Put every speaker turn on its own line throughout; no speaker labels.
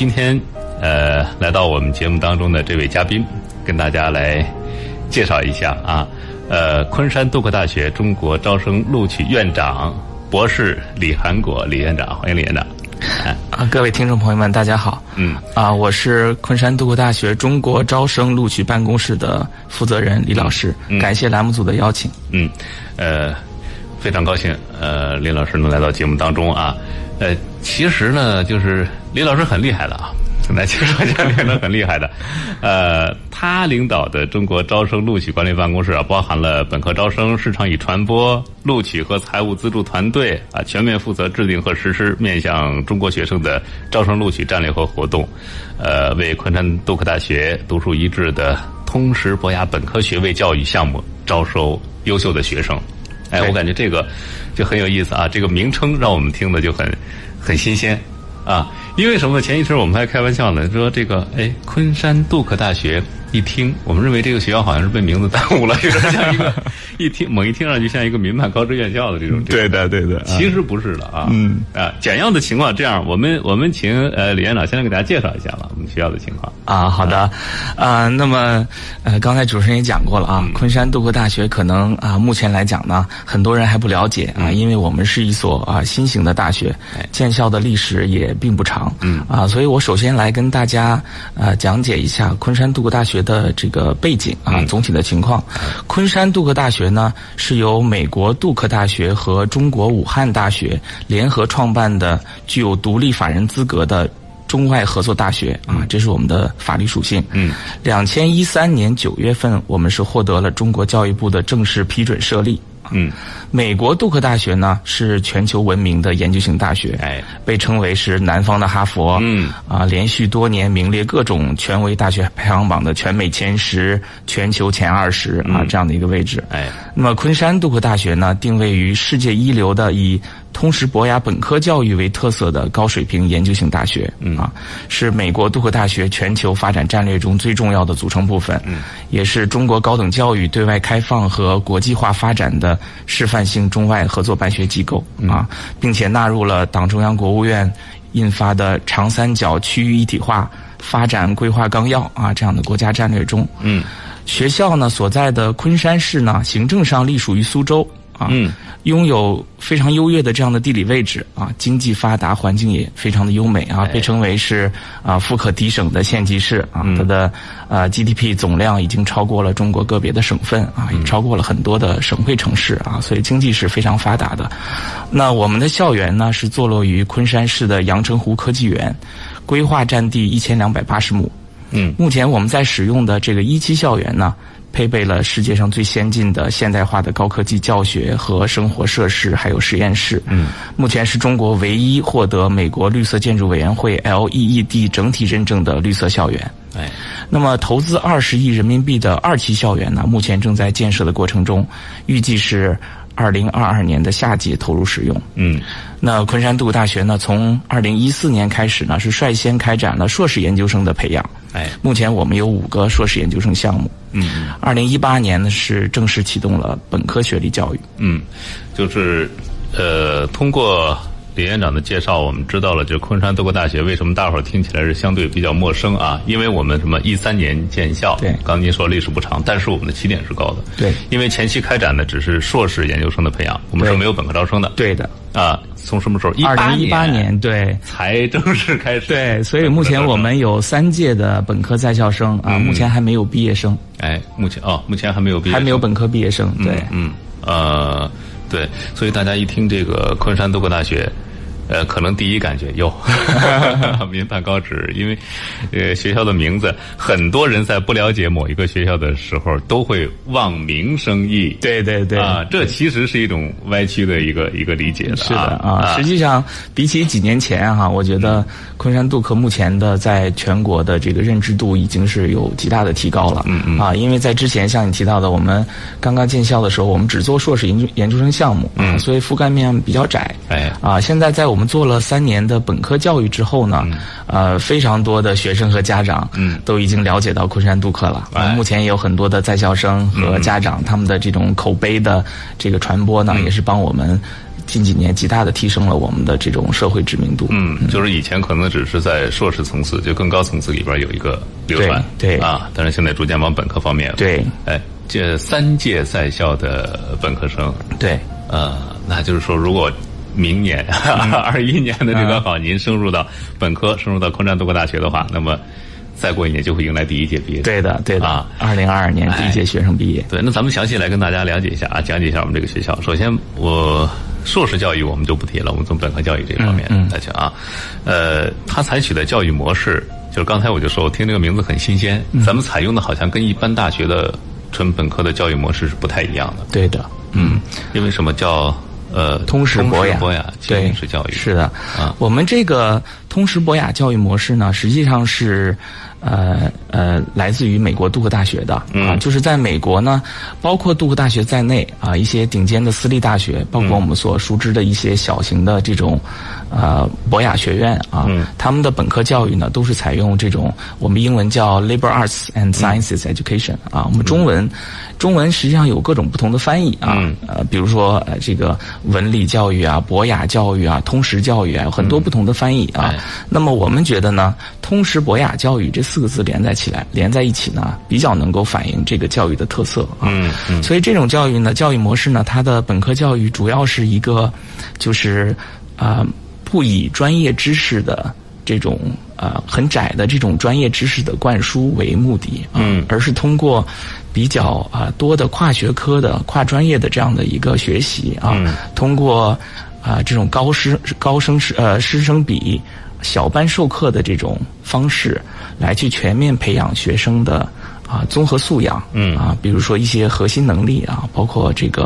今天，呃，来到我们节目当中的这位嘉宾，跟大家来介绍一下啊，呃，昆山杜克大学中国招生录取院长、博士李韩果李院长，欢迎李院长。
啊，各位听众朋友们，大家好。
嗯，
啊，我是昆山杜克大学中国招生录取办公室的负责人李老师，感谢栏目组的邀请。
嗯，呃，非常高兴，呃，李老师能来到节目当中啊。呃，其实呢，就是李老师很厉害的啊。来介绍一下李老师很厉害的，呃，他领导的中国招生录取管理办公室啊，包含了本科招生、市场与传播、录取和财务资助团队啊，全面负责制定和实施面向中国学生的招生录取战略和活动，呃，为昆山杜克大学独树一帜的通识博雅本科学位教育项目招收优秀的学生。哎，
对
我感觉这个就很有意思啊！这个名称让我们听的就很很新鲜啊。因为什么呢？前一阵儿我们还开玩笑呢，说这个哎，昆山杜克大学一听，我们认为这个学校好像是被名字耽误了，有点像一个 一听猛一听上去像一个民办高职院校的这种。这种
的，嗯对的
其实不是的啊。
嗯
啊，简要的情况这样，我们我们请呃李院长先来给大家介绍一下吧，我们学校的情况。
啊，好的，啊，那么，呃，刚才主持人也讲过了啊，昆山杜克大学可能啊、目前来讲呢，很多人还不了解啊、因为我们是一所啊、新型的大学，建校的历史也并不长，嗯，啊，所以我首先来跟大家呃讲解一下昆山杜克大学的这个背景啊、总体的情况。昆山杜克大学呢是由美国杜克大学和中国武汉大学联合创办的，具有独立法人资格的。中外合作大学啊，这是我们的法律属性。
嗯，
两千一三年九月份，我们是获得了中国教育部的正式批准设立。
嗯，
美国杜克大学呢是全球闻名的研究型大学，
哎，
被称为是南方的哈佛。
嗯，
啊，连续多年名列各种权威大学排行榜的全美前十、全球前二十
嗯
啊这样的一个位置。
哎，
那么昆山杜克大学呢，定位于世界一流的以通识博雅本科教育为特色的高水平研究型大学，啊，是美国杜克大学全球发展战略中最重要的组成部分，也是中国高等教育对外开放和国际化发展的示范性中外合作办学机构啊，并且纳入了党中央、国务院印发的《长三角区域一体化发展规划纲要》啊这样的国家战略中，
嗯，
学校呢所在的昆山市呢，行政上隶属于苏州啊，
嗯
拥有非常优越的这样的地理位置啊，经济发达，环境也非常的优美啊，被称为是啊富可敌省的县级市啊，它的呃 GDP 总量已经超过了中国个别的省份啊，也超过了很多的省会城市啊，所以经济是非常发达的。那我们的校园呢是坐落于昆山市的阳澄湖科技园，规划占地一千两百八十亩。
嗯
目前我们在使用的这个一期校园呢，配备了世界上最先进的现代化的高科技教学和生活设施，还有实验室。嗯，目前是中国唯一获得美国绿色建筑委员会 （LEED） 整体认证的绿色校园。
哎，
那么，投资二十亿人民币的二期校园呢，目前正在建设的过程中，预计是二零二二年的夏季投入使用。
嗯
那昆山杜克大学呢，从二零一四年开始呢，是率先开展了硕士研究生的培养。
哎
目前我们有五个硕士研究生项目。
嗯
二零一八年呢，是正式启动了本科学历教育。
嗯，就是呃，通过李院长的介绍，我们知道了，就是昆山德国大学为什么大伙儿听起来是相对比较陌生啊？因为我们什么一三年建校，
对
刚才您说历史不长，但是我们的起点是高的，
对
因为前期开展的只是硕士研究生的培养，我们是
对
没有本科招生的，
对的，
啊，从什么时候？
二零一八
年
年对。
才正式开始，
对，所以目前我们有三届的本科在校生啊，目前还没有毕业生，
哎，目前哦，目前还没有毕业生，
还没有本科毕业生。对，
嗯，呃，对，所以大家一听这个昆山杜克大学，呃，可能第一感觉哟， 民办高职，因为呃学校的名字，很多人在不了解某一个学校的时候，都会望名生义。
对对对
啊，这其实是一种歪曲的一个一个理解的啊。
是的啊，嗯实际上比起几年前哈、我觉得昆山杜克目前的在全国的这个认知度已经是有极大的提高了。嗯嗯啊，因为在之前像你提到的，我们刚刚建校的时候，我们只做硕士研究研究生项目，嗯，所以覆盖面比较窄。
哎
啊，现在在我们做了三年的本科教育之后呢，呃，非常多的学生和家长
嗯
都已经了解到昆山杜克了。啊
哎嗯
目前也有很多的
嗯
在校生和家长，他们的这种口碑的这个传播呢，也是帮我们近几年极大的提升了我们的这种社会知名度。
嗯，就是以前可能只是在硕士层次，就更高层次里边有一个流传，
对对
啊，但是现在逐渐往本科方面了。
对，
哎，这三届在校的本科生，
对，
呃，那就是说，如果明年 二一年的这个考，您升入到本科，升入到昆山多个大学的话，那么再过一年就会迎来第一届毕业。
对的，对的
啊。
二零二二年第一届学生毕业，
对，那咱们详细来跟大家了解一下啊，讲解一下我们这个学校。首先，我硕士教育我们就不提了，我们从本科教育这一方面来讲啊。呃，它采取的教育模式，就是刚才我就说，我听这个名字很新鲜，咱们采用的好像跟一般大学的纯本科的教育模式是不太一样的。
对的。
嗯，因为什么叫呃
通识博雅，
博雅
对，
应式教育
是的，
啊
我们这个通识博雅教育模式呢，实际上是，呃呃，来自于美国杜克大学的、啊，
嗯
就是在美国呢，包括杜克大学在内啊，一些顶尖的私立大学，包
嗯
括我们所熟知的一些小型的这种，呃，博雅学院啊，
嗯
他们的本科教育呢，都是采用这种我们英文叫 liberal arts
嗯
and sciences education、啊，我们中文、中文实际上有各种不同的翻译啊，
嗯
呃，比如说呃这个文理教育啊、博雅教育啊、通识教育啊，有很多不同的翻译啊。
哎
那么我们觉得呢，通识博雅教育这四个字连在起来，连在一起呢，比较能够反映这个教育的特色啊。
嗯
所以这种教育呢，教育模式呢，它的本科教育主要是一个，就是啊、呃不以专业知识的这种呃很窄的这种专业知识的灌输为目的，嗯，而是通过比较啊、多的跨学科的、跨专业的这样的一个学习啊，通过啊、这种高师高生师呃师生比。小班授课的这种方式，来去全面培养学生的啊综合素养，嗯啊，比如说一些核心能力啊，包括这个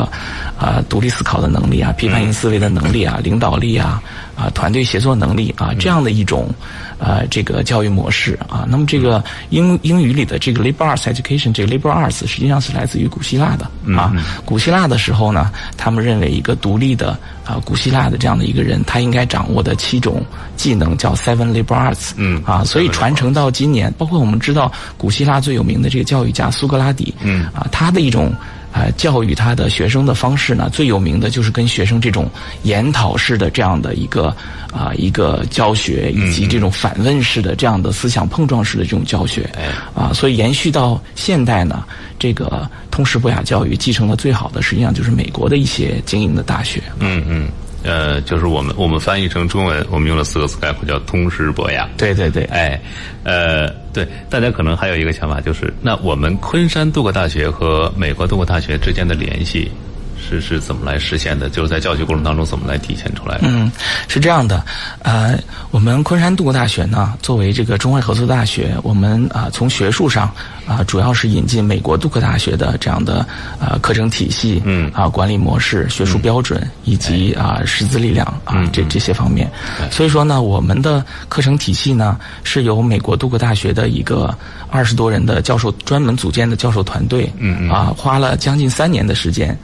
啊独立思考的能力啊，批判性思维的能力啊，领导力啊，啊团队协作能力啊，这样的一种啊这个教育模式啊。那么这个英英语里的这个 liberal arts education，这个 liberal arts 实际上是来自于古希腊的啊。古希腊的时候呢，他们认为一个独立的啊古希腊的这样的一个人，他应该掌握的七种技能叫 seven liberal arts，
嗯
啊，所以传承到今年，包括我们知道古希腊最有名的这个教育家苏格拉底，嗯，啊，他的一种呃教育他的学生的方式呢，最有名的就是跟学生这种研讨式的这样的一个啊、一个教学，以及这种反问式的这样的思想碰撞式的这种教学，
哎
啊，所以延续到现代呢，这个通识博雅教育继承的最好的，实际上就是美国的一些经营的大学，
嗯嗯，呃，就是我们我们翻译成中文，我们用了四个词概括，叫通识博雅。
对对对，
哎，呃，对，大家可能还有一个想法，就是那我们昆山杜克大学和美国杜克大学之间的联系是是怎么来实现的？就是在教学过程当中怎么来体现出来的？
嗯，是这样的，呃，我们昆山杜克大学呢，作为这个中外合作大学，我们啊、从学术上啊、主要是引进美国杜克大学的这样的呃课程体系，嗯，啊、管理模式、学术标准、以及啊、师资力量啊、这这些方面，所以说呢，我们的课程体系呢是由美国杜克大学的一个二十多人的教授专门组建的教授团队，嗯啊、花了将近三年的时间。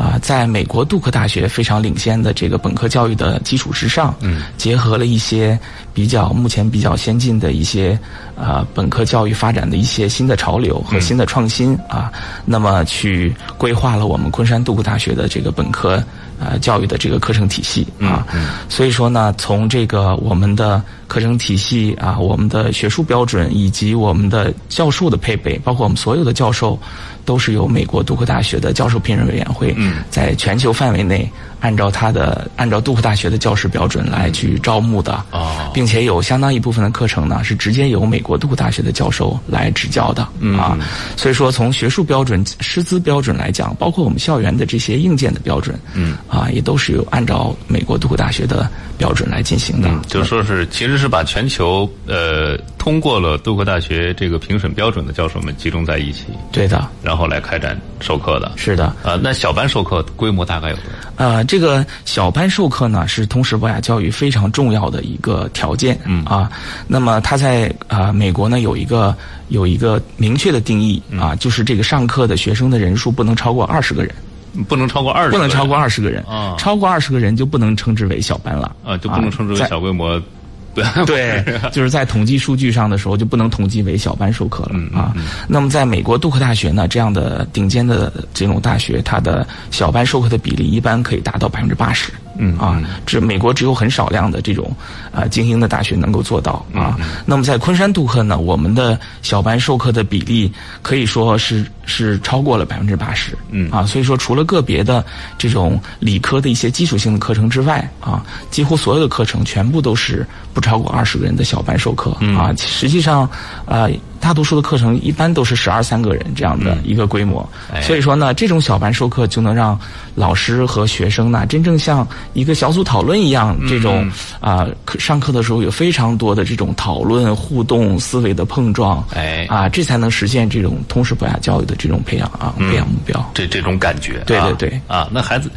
啊、在美国杜克大学非常领先的这个本科教育的基础之上，嗯，结合了一些比较目前比较先进的一些啊、本科教育发展的一些新的潮流和新的创新、啊，那么去规划了我们昆山杜克大学的这个本科呃教育的这个课程体系啊，所以说呢，从这个我们的课程体系啊，我们的学术标准以及我们的教授的配备，包括我们所有的教授，都是由美国杜克大学的教授聘任委员会，在全球范围内按照他的按照杜克大学的教师标准来去招募的，
哦
并且有相当一部分的课程呢是直接由美国杜克大学的教授来执教的、啊，所以说从学术标准、师资标准来讲，包括我们校园的这些硬件的标准，嗯啊，也都是有按照美国杜克大学的标准来进行的。
就说是，其实是把全球呃通过了杜克大学这个评审标准的教授们集中在一起，
对的，
然后来开展授课的。
是的。
呃，那小班授课规模大概有多少？
呃，这个小班授课呢是通识博雅教育非常重要的一个条件，嗯啊，那么它在啊、呃美国呢有一个有一个明确的定义啊，就是这个上课的学生的人数不能超过二十个人，
不能超过二十，
不能超过二十个人
啊，
超过二十个人就不能称之为小班了
啊，就不能称之为
在
小规模。对
对，就是在统计数据上的时候就不能统计为小班授课了啊。那么在美国杜克大学呢，这样的顶尖的这种大学，它的小班授课的比例一般可以达到百分之八十嗯啊，这美国只有很少量的这种啊精英的大学能够做到啊。那么在昆山杜克呢，我们的小班授课的比例可以说是是超过了百分之八十，嗯啊，所以说除了个别的这种理科的一些基础性的课程之外啊，几乎所有的课程全部都是不超过二十个人的小班授课
嗯
啊。实际上，呃，大多数的课程一般都是十二三个人这样的一个规模，
嗯哎
所以说呢，这种小班授课就能让老师和学生呢，真正像一个小组讨论一样，这种
嗯
啊、课上课的时候有非常多的这种讨论、互动、思维的碰撞，
哎
啊，这才能实现这种通识博雅教育的这种培养啊，
嗯
培养目标。
这这种感觉啊。
对对对
啊，那孩子，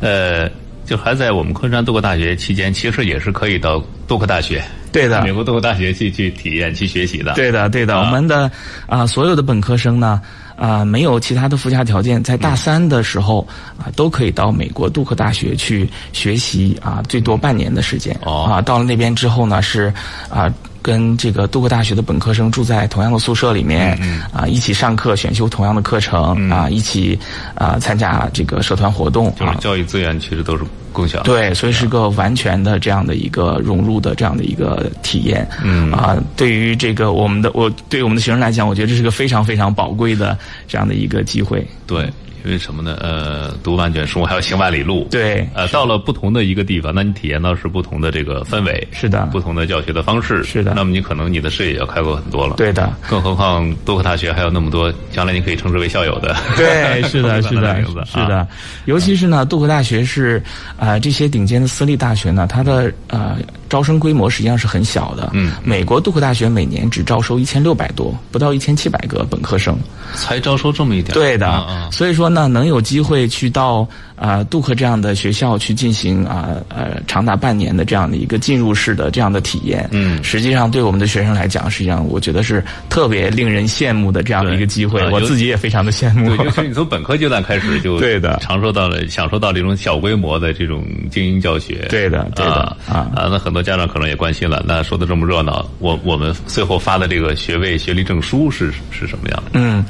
呃，就还在我们昆山杜克大学期间，其实也是可以到杜克大学，
对的
美国杜克大学去去体验、去学习的。
啊对的，对的，我们的啊、所有的本科生呢，啊、没有其他的附加条件，在大三的时候啊、都可以到美国杜克大学去学习啊、最多半年的时间。
哦
啊、到了那边之后呢，是啊、跟这个杜克大学的本科生住在同样的宿舍里面，啊、
嗯
一起上课，选修同样的课程，啊、一起啊、参加这个社团活动，
就是
啊，
教育资源其实都是共享的。
对，所以是个完全的这样的一个融入的这样的一个体验。嗯啊，对于这个我们的我对于我们的学生来讲，我觉得这是个非常非常宝贵的这样的一个机会。
对，因为什么呢？呃，读万卷书还要行万里路。
对
呃，到了不同的一个地方，那你体验到是不同的这个氛围，
是的
不同的教学的方式，
啊是的
那么你可能你的视野要开阔很多了。，
对的，
更何况多克大学还有那么多将来你可以称之为校友的。
对，是的，
共
是
产党
的
名字，啊
是的，尤其是呢，杜克大学是啊、呃这些顶尖的私立大学呢，它的呃招生规模实际上是很小的。
嗯
美国杜克大学每年只招收一千六百多，不到一千七百个本科生。
才招收这么一 点儿。
对的，
啊啊
所以说呢，能有机会去到啊、呃杜克这样的学校去进行啊呃长达半年的这样的一个进入式的这样的体验，
嗯
实际上对我们的学生来讲，实际上我觉得是特别令人羡慕的这样的一个机会，
对啊
我
有
自己也非常的羡慕
对，。尤其你从本科阶段开始就
对的
尝受到了享受到了一种小规模的这种精英教学。
对的对的
啊
啊
那很多家长可能也关心了，那说的这么热闹，我我们最后发的这个学位学历证书是是什么样的？
嗯，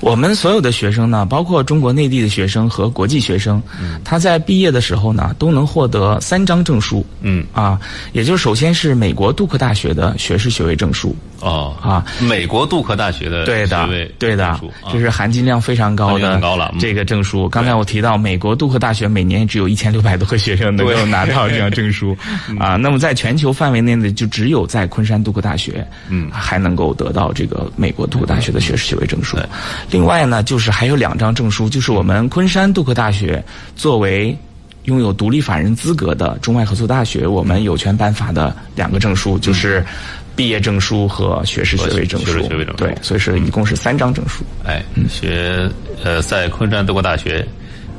我们所有的学生呢，包括中国内地的学生和国际学生，
嗯
他在毕业的时候呢，都能获得三张证书。
嗯
啊，也就是首先是美国杜克大学的学士学位证书，
哦
啊，
美国杜克大学的
对的
学位，
对的
证书，啊
这是含金量非常高
含金
的
量高了嗯
这个证书。刚才我提到，美国杜克大学每年只有一千六百多个学生能够
对
拿到这样证 书啊。那么在全球范围内呢，就只有在昆山杜克大学，嗯，还能够得到这个美国杜克大学的学士学位证书。另外呢，就是还有两张证书，就是我们昆山杜克大学作为。拥有独立法人资格的中外合作大学，我们有权颁发的两个证书
嗯
就是毕业证书和学士学位证
学
书
士。学位证书嗯
对，所以是一共是三张证书。
哎，
嗯
学呃，在昆山德国大学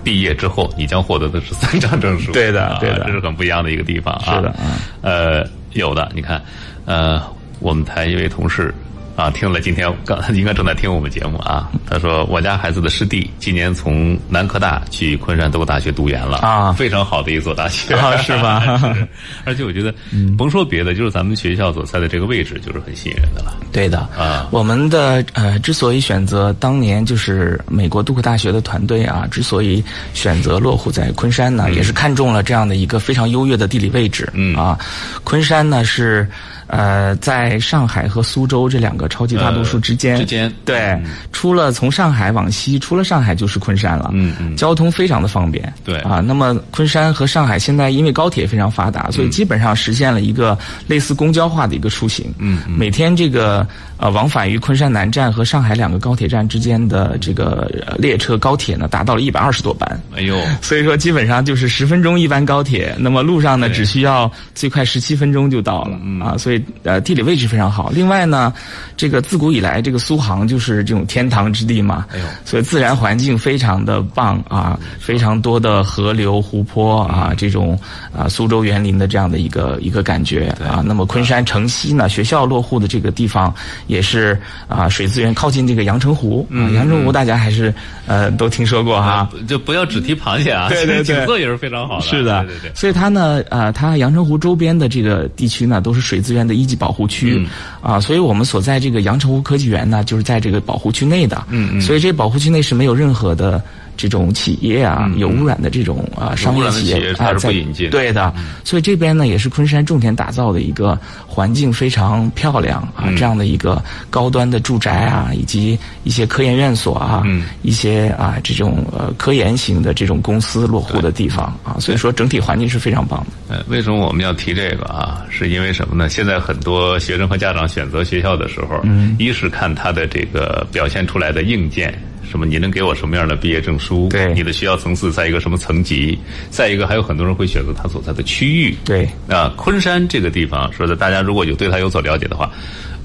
毕业之后，你将获得的是三张证书。
对的
啊
对的
这是很不一样的一个地方啊。
是的嗯
呃，有的，你看，呃，我们台一位同事啊，听了今天刚 应该正在听我们节目啊，他说我家孩子的师弟今年从南科大去昆山德国大学读研了
啊
非常好的一所大学
啊是嗯吧
是而且我觉得，甭说别的，就是咱们学校所在的这个位置，就是很吸引人的了。
对的，
啊
我们的呃，之所以选择当年就是美国杜克大学的团队啊，之所以选择落户在昆山
嗯
呢，也是看中了这样的一个非常优越的地理位置。嗯啊，昆山呢是呃，在上海和苏州这两个超级大都市之间，
呃之间
对，出了从上海往西，出了上海就是昆山了。
嗯嗯
交通非常的方便。
对
啊，那么昆山和上海现在因为高铁非常发达，
嗯
所以基本上实现了一个类似公交化的一个出行。嗯，每天这个呃往返于昆山南站和上海两个高铁站之间的这个呃列车高铁呢，达到了一百二十多班。
哎 呦，
所以说，基本上就是十分钟一班高铁。那么路上呢，只需要最快十七分钟就到了
嗯
啊。所以呃，地理位置非常好。另外呢，这个自古以来，这个苏杭就是这种天堂之地嘛
哎呦，嗯
所以自然环境非常的棒啊，非常多的河流、湖泊啊，这种啊苏州园林的这样的一个一个感觉啊。那么昆山城西呢，学校落户的这个地方也是啊，水资源靠近这个阳澄湖啊，
嗯
阳澄湖大家还是呃都听说过哈。
不 就不要只提螃蟹啊，
对对对
景色也是非常好的，
是的，
对对对。
所以它呢，呃，它阳澄湖周边的这个地区呢，都是水资源的一级保护区，
嗯
啊、所以我们所在这个阳澄湖科技园呢，就是在这个保护区内的，嗯嗯，所以这保护区内是没有任何的这种企业啊，
嗯
有污染的这种啊商
有污
业企
染的企业
业
它
啊，
是不
在
引进的嗯
对的，所以这边呢也是昆山重点打造的一个环境非常漂亮啊
嗯
这样的一个高端的住宅啊，以及一些科研院所啊，
嗯
一些啊这种呃科研型的这种公司落户的地方啊，所以说整体环境是非常棒的。
呃，为什么我们要提这个啊？是因为什么呢？现在很多学生和家长选择学校的时候，嗯，一是看他的这个表现出来的硬件，什么你能给我什么样的毕业证书？
对
你的学校层次在一个什么层级？再一个，还有很多人会选择他所在的区域。
对
啊，昆山这个地方，说的大家如果有对它有所了解的话，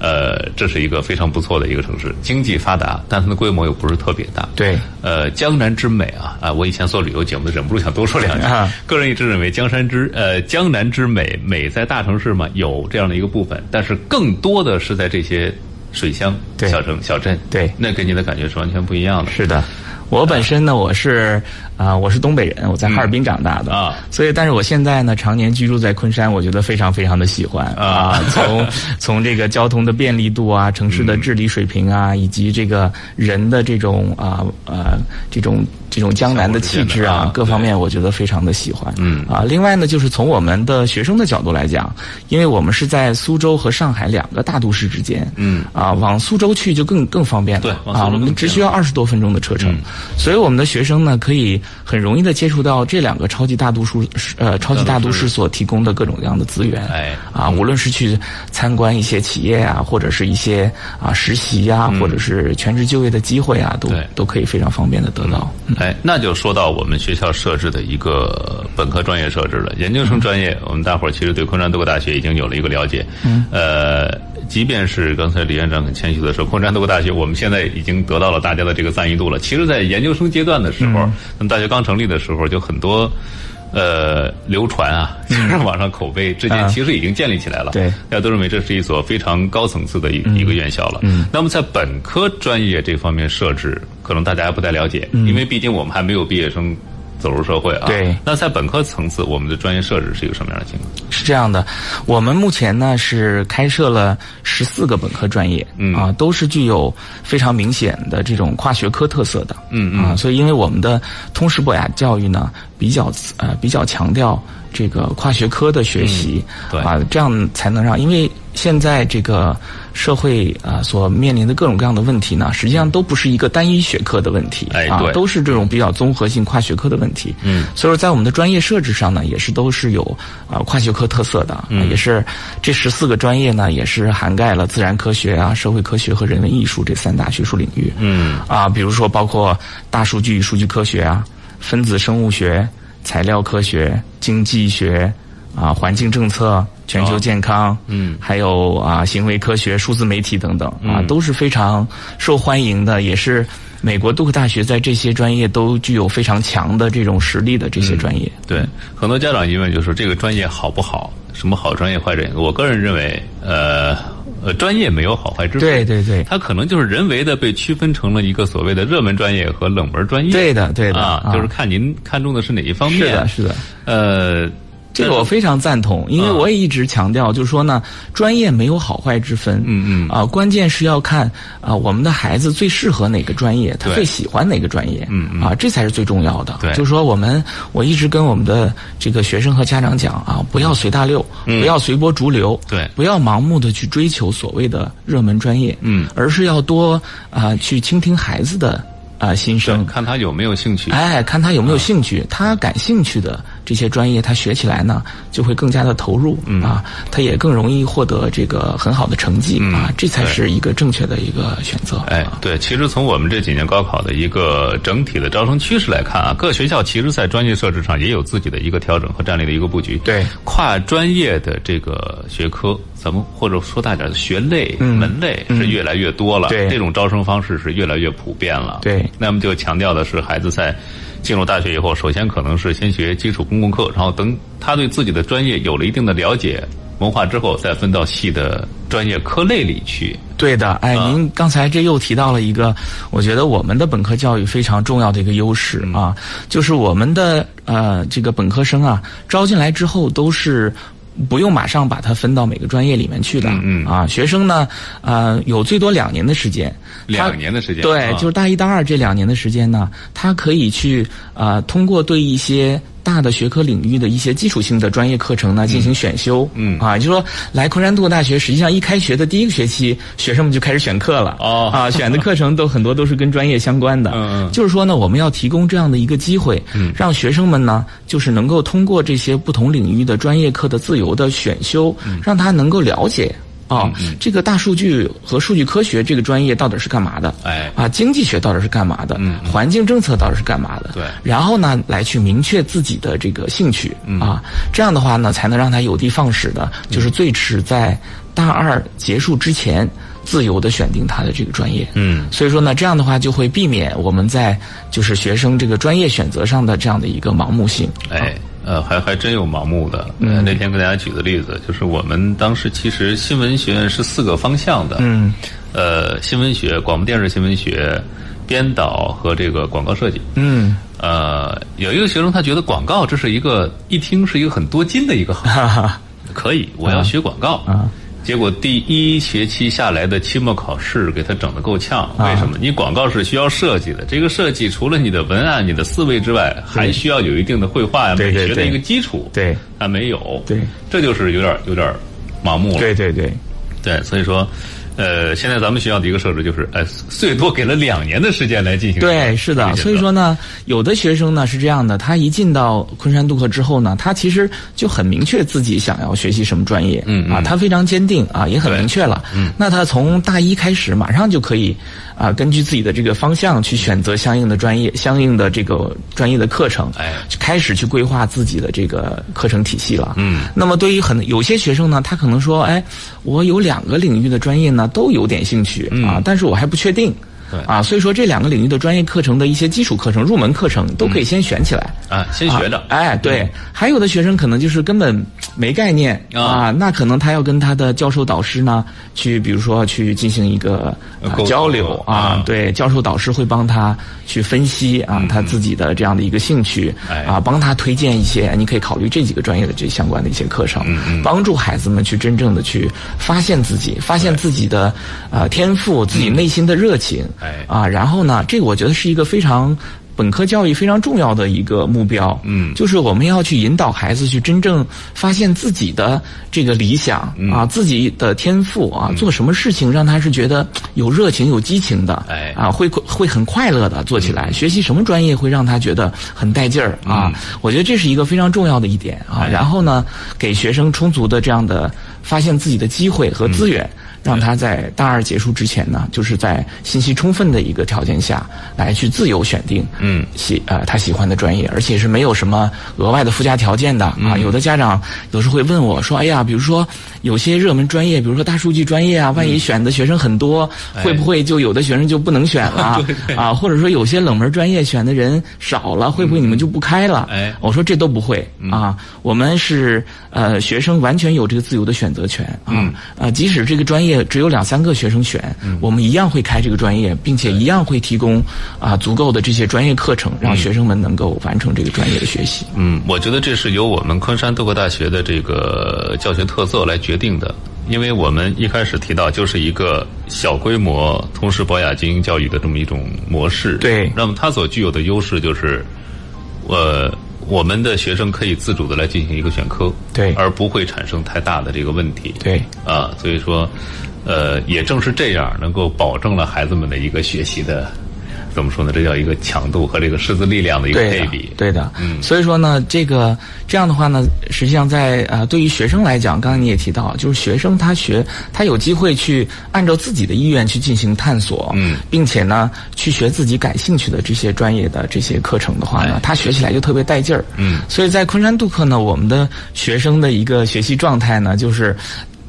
呃，这是一个非常不错的一个城市，经济发达，但它的规模又不是特别大。
对
呃，江南之美啊啊！我以前做旅游节目，忍不住想多说两句。
啊
个人一直认为江山之呃江南之美，美在大城市嘛，有这样的一个部分，但是更多的是在这些水乡、
对
小城、小镇，
对
那跟你的感觉是完全不一样的。
是的，我本身呢，我是啊、我是东北人，我在哈尔滨长大的
啊
所以但是我现在呢，常年居住在昆山，我觉得非常非常的喜欢
啊
从从这个交通的便利度啊，城市的治理水平啊，
嗯
以及这个人的这种啊呃这种这种江南的
相
气质
互之间的啊
啊，各方
对
面我觉得非常的喜欢。
嗯
啊，另外呢，就是从我们的学生的角度来讲，因为我们是在苏州和上海两个大都市之间，
嗯
啊，往苏州去就更更方便了。
对往苏州
啊，我
更
们
近
只
了
需要二十多分钟的车
嗯
程，所以我们的学生呢，可以很容易的接触到这两个超级大都市呃超级大都市所提供的各种各样的资源。
哎
啊，无论是去参观一些企业啊，或者是一些啊实习啊，或者是全职就业的机会啊，都
嗯对
都可以非常方便的得到。
哎，那就说到我们学校设置的一个本科专业设置了，研究生专业，
嗯
我们大伙儿其实对昆山多个大学已经有了一个了解。嗯，呃，即便是刚才李院长很谦虚的说，昆山多个大学我们现在已经得到了大家的这个赞誉度了。其实，在研究生阶段的时
嗯
候，那么大学刚成立的时候，就很多。呃，流传啊，就是 网上口碑之间
嗯啊
其实已经建立起来了。
对
大家都认为这是一所非常高层次的一
嗯
一个院校了。那么在本科专业这方面设置，可能大家还不太了解，因为毕竟我们还没有毕业生走入社会啊。
嗯对
那在本科层次，我们的专业设置是一个什么样的情况？
是这样的，我们目前呢是开设了十四个本科专业，
嗯
啊，都是具有非常明显的这种跨学科特色的，
嗯
啊，所以因为我们的通识博雅教育呢，比较呃比较强调这个跨学科的学习，
嗯对
啊，这样才能让因为。现在这个社会啊、所面临的各种各样的问题呢，实际上都不是一个单一学科的问题，
哎
啊
对，
都是这种比较综合性跨学科的问题。
嗯，
所以说在我们的专业设置上呢，也是都是有啊、呃跨学科特色的，嗯、也是这十四个专业呢，也是涵盖了自然科学啊、社会科学和人文艺术这三大学术领域。
嗯，
啊，比如说包括大数据与数据科学啊、分子生物学、材料科学、经济学啊、环境政策、全球健康，
嗯
还有啊行为科学、数字媒体等等啊，都是非常受欢迎的，也是美国杜克大学在这些专业都具有非常强的这种实力的这些
嗯
专业。
对，很多家长疑问就是这个专业好不好？什么好专业坏专业？我个人认为，呃呃，专业没有好坏之分。
对对对
它可能就是人为的被区分成了一个所谓的热门专业和冷门专业。
对的对的
啊，
啊
就是看您看中的是哪一方面。
是的，是的。
呃，
这个我非常赞同，因
啊
为我也一直强调，就是说呢，专业没有好坏之分，
嗯嗯
啊，关键是要看啊，我们的孩子最适合哪个专业，他
对
最喜欢哪个专业，
嗯嗯
啊，这才是最重要的。
对
就是说我们，我一直跟我们的这个学生和家长讲啊，不要随大流，不要随波逐流，
嗯对
不要盲目的去追求所谓的热门专业，
嗯
而是要多啊、去倾听孩子的啊、心声
对，，看他有没有兴趣。
哎，看他有没有兴趣，他感兴趣的这些专业，他学起来呢就会更加的投入、
嗯
啊，他也更容易获得这个很好的成绩、啊，这才是一个正确的一个选择。
嗯
啊
哎，对，其实从我们这几年高考的一个整体的招生趋势来看啊，各学校其实在专业设置上也有自己的一个调整和战略的一个布局。
对
跨专业的这个学科，咱们或者说大点儿学类、门类是越来越多了。
嗯对
这种招生方式是越来越普遍了。
对
那么就强调的是，孩子在进入大学以后，首先可能是先学基础公共课，然后等他对自己的专业有了一定的了解、文化之后，再分到系的专业科类里去。
对的，哎，
嗯
您刚才这又提到了一个，我觉得我们的本科教育非常重要的一个优势
嗯
啊，就是我们的呃这个本科生啊，招进来之后都是。不用马上把它分到每个专业里面去的。
嗯嗯
啊，学生呢，呃，有最多两年的时间，他
两年的时间
对
啊，
就是大一、大二这两年的时间呢，他可以去呃，通过对一些大的学科领域的一些基础性的专业课程呢进行选修。
嗯
啊，就说来昆山渡大学，实际上一开学的第一个学期，学生们就开始选课了。
哦
啊，选的课程都很多都是跟专业相关的。
嗯嗯
就是说呢，我们要提供这样的一个机会，让学生们呢，就是能够通过这些不同领域的专业课的自由的选修，
嗯
让他能够了解。啊、这个大数据和数据科学这个专业到底是干嘛的？
哎
啊，经济学到底是干嘛的？
嗯
环境政策到底是干嘛的？
对
然后呢，来去明确自己的这个兴趣、
嗯
啊，这样的话呢，才能让他有的放矢的，就是最迟在大二结束之前，自由的选定他的这个专业。
嗯
所以说呢，这样的话就会避免我们在就是学生这个专业选择上的这样的一个盲目性。
哎，呃，还还真有盲目的。
嗯
呃那天给大家举的例子，就是我们当时其实新闻学院是四个方向的。
嗯，
呃，新闻学、广播电视新闻学、编导和这个广告设计。
嗯，
呃，有一个学生他觉得广告这是一个一听是一个很多金的一个行业，
哈哈，
可以，我要学广告。
啊
结果第一学期下来的期末考试给他整得够呛，
啊
为什么？你广告是需要设计的，这个设计除了你的文案、你的思维之外，还需要有一定的绘画呀、
对
美
对
学的
对
一个基础。
对
他没有。
对，
这就是有点有点盲目了。
对对对，
对，所以说，呃，现在咱们学校的一个设置就是，呃，最多给了两年的时间来进行。
对，是的。所以说呢，有的学生呢是这样的，他一进到昆山杜克之后呢，他其实就很明确自己想要学习什么专业，
嗯嗯
啊，他非常坚定啊，也很
对
明确了。嗯，那他从大一开始，马上就可以啊，根据自己的这个方向去选择相应的专业、相应的这个专业的课程，
哎
就开始去规划自己的这个课程体系了。
嗯，
那么对于很有些学生呢，他可能说，哎，我有两个领域的专业呢都有点兴趣、啊，但是我还不确定。
嗯对
啊，所以说这两个领域的专业课程的一些基础课程、入门课程都可以先选起来。
啊，先学着
啊。哎，对，还有的学生可能就是根本没概念
嗯啊
那可能他要跟他的教授导师呢，去比如说去进行一个、呃
沟通
交流
啊嗯
对，教授导师会帮他去分析啊、他自己的这样的一个兴趣、
哎
啊，帮他推荐一些你可以考虑这几个专业的这相关的一些课程，
嗯
帮助孩子们去真正的去发现自己，发现自己的呃天赋，自己内心的热情，
嗯哎
啊，然后呢，这个我觉得是一个非常。本科教育非常重要的一个目标，
嗯
就是我们要去引导孩子去真正发现自己的这个理想、
嗯
啊，自己的天赋啊，做什么事情让他是觉得有热情、有激情的，
哎
啊，会会很快乐的做起来。学习什么专业会让他觉得很带劲儿啊？我觉得这是一个非常重要的一点啊。然后呢，给学生充足的这样的发现自己的机会和资源，让他在大二结束之前呢，就是在信息充分的一个条件下来去自由选定，
嗯
喜呃他喜欢的专业，而且是没有什么额外的附加条件的啊。有的家长有时候会问我说：“哎呀，比如说有些热门专业，比如说大数据专业啊，万一选的学生很多，
哎
会不会就有的学生就不能选 了啊啊？或者说有些冷门专业选的人少了，会不会你们就不开了？”
嗯哎嗯
我说这都不会啊，我们是呃学生完全有这个自由的选择权啊、
嗯
啊，即使这个专业只有两三个学生选，我们一样会开这个专业，并且一样会提供啊足够的这些专业课程，让学生们能够完成这个专业的学习。
嗯，我觉得这是由我们昆山杜克大学的这个教学特色来决定的，因为我们一开始提到就是一个小规模，同时博雅精英教育的这么一种模式。
对
那么它所具有的优势就是，呃，我们的学生可以自主的来进行一个选科，
对
而不会产生太大的这个问题。
对，
啊，所以说，呃，也正是这样，能够保证了孩子们的一个学习的，怎么说呢？这叫一个强度和这个师资力量的一个
对啊
配
的
比，。
对的，
嗯
所以说呢，这个这样的话呢，实际上在呃，对于学生来讲，刚才你也提到，就是学生他学他有机会去按照自己的意愿去进行探索，
嗯，
并且呢，去学自己感兴趣的这些专业的这些课程的话呢，
哎
他学起来就特别带劲儿，
嗯
所以在昆山杜克呢，我们的学生的一个学习状态呢，就是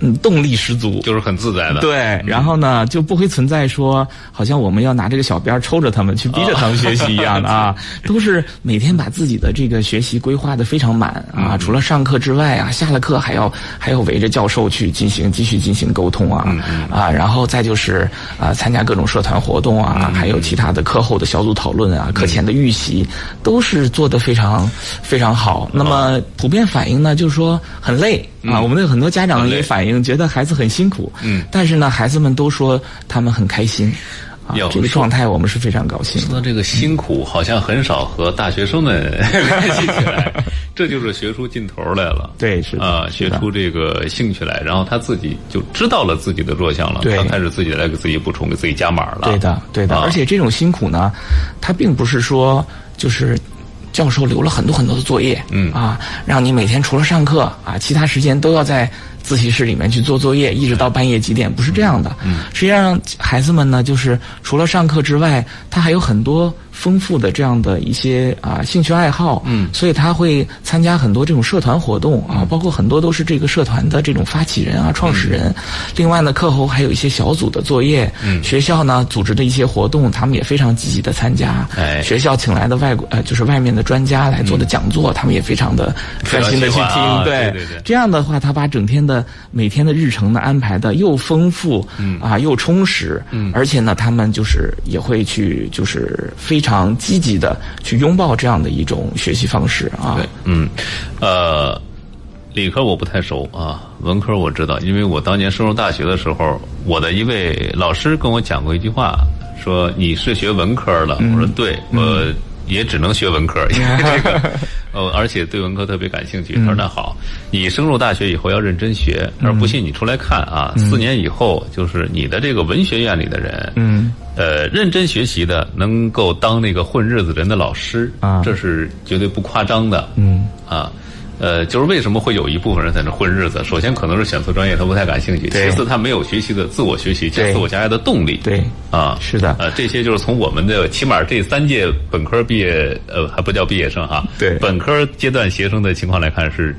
嗯，动力十足，
就是很自在的。
对，然后呢，就不会存在说好像我们要拿这个小鞭儿抽着他们去逼着他们学习一样的啊，都是每天把自己的这个学习规划的非常满啊，除了上课之外啊，下了课还要还要围着教授去进行继续进行沟通啊啊，然后再就是啊参加各种社团活动啊，还有其他的课后的小组讨论啊，课前的预习都是做得非常非常好。那么普遍反应呢，就是说很累。啊，我们的很多家长也反映，觉得孩子很辛苦，
嗯，
但是呢，孩子们都说他们很开心，啊
有，
这个状态我们是非常高兴的。
说到这个辛苦，好像很少和大学生们 联系起来，这就是学出劲头来了。
对是的
啊，
是
学
的
出这个兴趣来，然后他自己就知道了自己的弱项了，
对
他开始自己来给自己补充，给自己加码了。
对的，对的，
啊
而且这种辛苦呢，他并不是说就是教授留了很多很多的作业，
嗯
啊，让你每天除了上课啊，其他时间都要在自习室里面去做作业，一直到半夜几点，不是这样的。嗯，实际上孩子们呢，就是除了上课之外，他还有很多丰富的这样的一些啊兴趣爱好，
嗯
所以他会参加很多这种社团活动啊，包括很多都是这个社团的这种发起人
嗯
啊、创始人。另外呢，课后还有一些小组的作业，
嗯
学校呢组织的一些活动，他们也非常积极的参加。
哎嗯
学校请来的外国呃，就是外面的专家来做的讲座，他们也非常的专心的去
非常喜欢啊
听。
对对对
这样的话，他把整天的每天的日程呢安排的又丰富，嗯啊又充实，嗯，而且呢，他们就是也会去就是非常积极的去拥抱这样的一种学习方式啊。
对，嗯，呃，理科我不太熟啊，文科我知道，因为我当年升入大学的时候，我的一位老师跟我讲过一句话，说你是学文科的，
嗯
我说对，我也只能学文科，因为这 个，呃，而且对文科特别感兴
嗯
趣。他说那好，你升入大学以后要认真学，而不信你出来看啊，四年以后就是你的这个文学院里的人，
嗯。
呃，认真学习的，能够当那个混日子人的老师
啊
这是绝对不夸张的。
嗯
啊，呃，就是为什么会有一部分人在那混日子？首先可能是选错专业，他不太感兴趣；
对
其次他没有学习的自我学习及
对
自我加压的动力。
对
啊，
是的
呃，这些就是从我们的起码这三届本科毕业，呃，还不叫毕业生哈，
对
本科阶段学生的情况来看是